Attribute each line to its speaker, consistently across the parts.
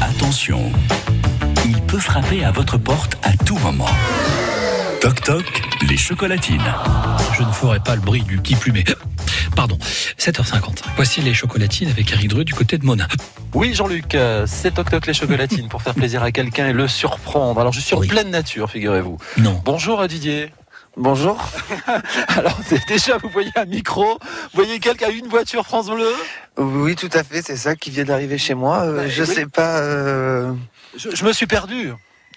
Speaker 1: Attention, il peut frapper à votre porte à tout moment. Toc toc, les chocolatines.
Speaker 2: Je ne ferai pas le bruit du petit plumet. Pardon, 7h50. Voici les chocolatines avec Eric Dreux du côté de Mona.
Speaker 3: Oui, Jean-Luc, euh, c'est Toc Toc les chocolatines pour faire plaisir à quelqu'un et le surprendre. Alors, je suis en
Speaker 2: Oui.
Speaker 3: pleine nature, figurez-vous.
Speaker 2: Non.
Speaker 3: Bonjour à Didier. Bonjour. Alors, c'est- déjà, vous voyez un micro, vous voyez quelqu'un, une voiture France Bleu.
Speaker 4: Oui, tout à fait, c'est ça qui vient d'arriver chez moi. Euh,
Speaker 3: Bah,
Speaker 4: je
Speaker 3: oui.
Speaker 4: sais pas. euh,
Speaker 3: Je, je me suis perdu.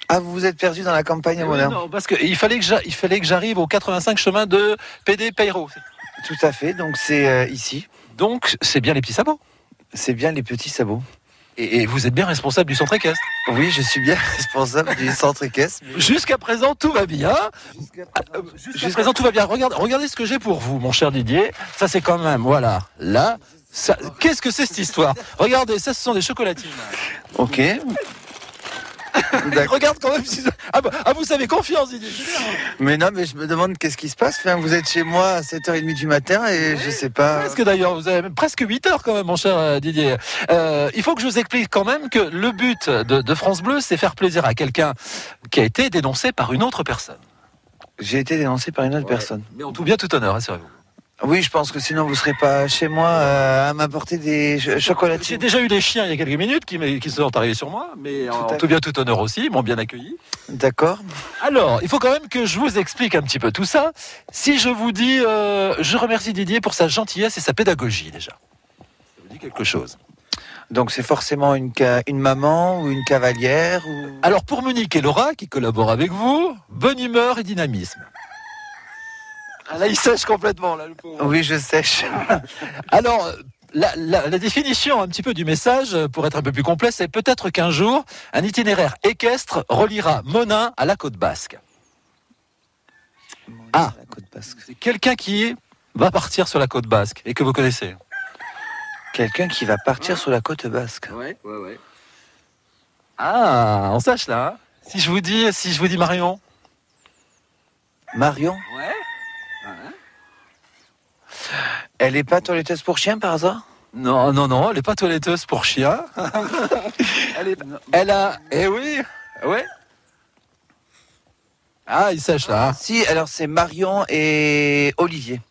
Speaker 4: Ah, vous vous êtes perdu dans la campagne, à mon
Speaker 3: Euh,
Speaker 4: âme.
Speaker 3: non, parce que il fallait que j'a- il fallait que j'arrive au 85 chemin de PD Peyro.
Speaker 4: Tout à fait, donc c'est euh, ici.
Speaker 3: Donc, c'est bien les petits sabots.
Speaker 4: C'est bien les petits sabots.
Speaker 3: Et, et vous êtes bien responsable du centre équestre.
Speaker 4: Oui, je suis bien responsable du centre équestre.
Speaker 3: Jusqu'à présent, tout va bien. Euh, Jusqu'à présent, tout va bien. Regardez, regardez ce que j'ai pour vous, mon cher Didier. Ça, c'est quand même, voilà, là. ça- Qu'est-ce que c'est cette histoire Regardez, ça, ce sont des chocolatines.
Speaker 4: Ok. D'accord.
Speaker 3: Regarde quand même. si- Ah, bah, ah, vous savez, confiance, Didier.
Speaker 4: Mais non, mais je me demande qu'est-ce qui se passe. Enfin, vous êtes chez moi à 7h30 du matin et je sais pas.
Speaker 3: Presque d'ailleurs, vous avez même presque 8 heures quand même, mon cher euh, Didier. Euh, il faut que je vous explique quand même que le but de, de France Bleu, c'est faire plaisir à quelqu'un qui a été dénoncé par une autre personne.
Speaker 4: J'ai été dénoncé par une autre
Speaker 3: Ouais.
Speaker 4: personne.
Speaker 3: Mais en tout bien, tout honneur, hein, rassurez-vous.
Speaker 4: Oui, je pense que sinon vous serez pas chez moi euh, à m'apporter des ch-
Speaker 3: J'ai
Speaker 4: chocolatines.
Speaker 3: déjà eu des chiens il y a quelques minutes qui, m'est- qui sont arrivés sur moi, mais en
Speaker 4: à
Speaker 3: tout bien, tout honneur aussi, ils m'ont bien accueilli.
Speaker 4: D'accord.
Speaker 3: Alors, il faut quand même que je vous explique un petit peu tout ça. Si je vous dis, euh, je remercie Didier pour sa gentillesse et sa pédagogie déjà. Ça vous dit quelque chose.
Speaker 4: Donc c'est forcément une, ca- une maman ou une cavalière ou.
Speaker 3: Alors pour Monique et Laura qui collaborent avec vous, bonne humeur et dynamisme. Ah, là, il sèche complètement là. le pauvre.
Speaker 4: Oui, je sèche.
Speaker 3: Alors. euh, La, la- la définition un petit peu du message, euh, pour être un peu plus complet, c'est peut-être qu'un jour, un itinéraire équestre reliera Monin à la côte basque. Ah.
Speaker 4: La côte basque.
Speaker 3: C'est quelqu'un qui va partir sur la côte basque et que vous connaissez.
Speaker 4: Quelqu'un qui va partir sur la côte basque.
Speaker 3: Ouais, ouais, ouais. Ah, on sache là. hein. si je vous dis, si je vous dis Marion.
Speaker 4: Marion,
Speaker 3: Ouais.
Speaker 4: elle est pas toiletteuse pour chien par hasard
Speaker 3: Non, non, non, elle est pas toiletteuse pour chien. elle, est- elle a, eh oui, ouais. Ah, il sèche là. hein.
Speaker 4: Si, alors c'est Marion et Olivier.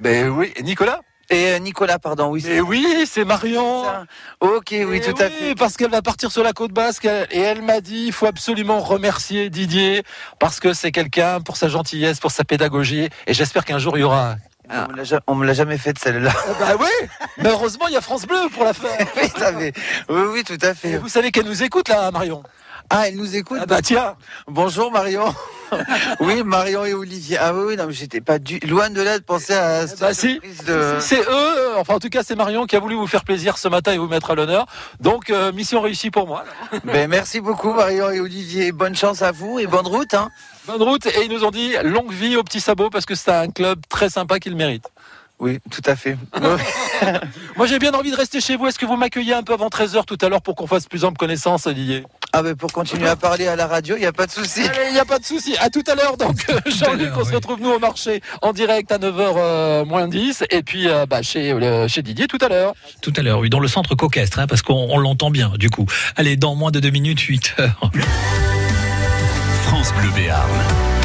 Speaker 3: Ben oui, et Nicolas.
Speaker 4: Et euh, Nicolas, pardon, oui.
Speaker 3: Eh
Speaker 4: c'est
Speaker 3: oui, c'est Marion.
Speaker 4: ça. Ok,
Speaker 3: Eh
Speaker 4: oui, tout à fait.
Speaker 3: Parce qu'elle va partir sur la côte basque elle- et elle m'a dit il faut absolument remercier Didier parce que c'est quelqu'un pour sa gentillesse, pour sa pédagogie et j'espère qu'un jour il y aura Ah.
Speaker 4: On me l'a ja- On me l'a jamais fait de celle-là.
Speaker 3: Bah oui Mais heureusement, il y a France Bleu pour la faire
Speaker 4: oui, ça fait- oui, oui, tout à
Speaker 3: Et
Speaker 4: fait.
Speaker 3: vous savez qu'elle nous écoute là, Marion
Speaker 4: Ah, elle nous écoute.
Speaker 3: Ah bah tiens
Speaker 4: Bonjour Marion. oui, Marion et Olivier. Ah oui, oui, non, mais j'étais pas du... loin de là de penser à cette
Speaker 3: bah si.
Speaker 4: surprise de.
Speaker 3: C'est eux, enfin en tout cas c'est Marion qui a voulu vous faire plaisir ce matin et vous mettre à l'honneur. Donc euh, mission réussie pour moi.
Speaker 4: Ben, merci beaucoup Marion et Olivier. Bonne chance à vous et bonne route. Hein.
Speaker 3: Bonne route et ils nous ont dit longue vie au petit sabot parce que c'est un club très sympa qu'il mérite.
Speaker 4: Oui, tout à fait.
Speaker 3: Moi j'ai bien envie de rester chez vous. Est-ce que vous m'accueillez un peu avant 13h tout à l'heure pour qu'on fasse plus ample connaissance, Didier
Speaker 4: Ah ben pour continuer à parler à la radio, il n'y a pas de souci.
Speaker 3: Allez, Ah, il n'y a pas de souci. À tout à l'heure, donc, euh, Jean-Luc,
Speaker 2: l'heure,
Speaker 3: on se
Speaker 2: oui.
Speaker 3: retrouve, nous, au marché, en direct à 9h moins 10. Et puis, euh, bah, chez, euh, chez Didier, tout à l'heure.
Speaker 2: Tout à l'heure, oui, dans le centre coquestre, hein, parce qu'on on l'entend bien, du coup. Allez, dans moins de deux minutes, 8 heures.
Speaker 1: France Bleu Béarn.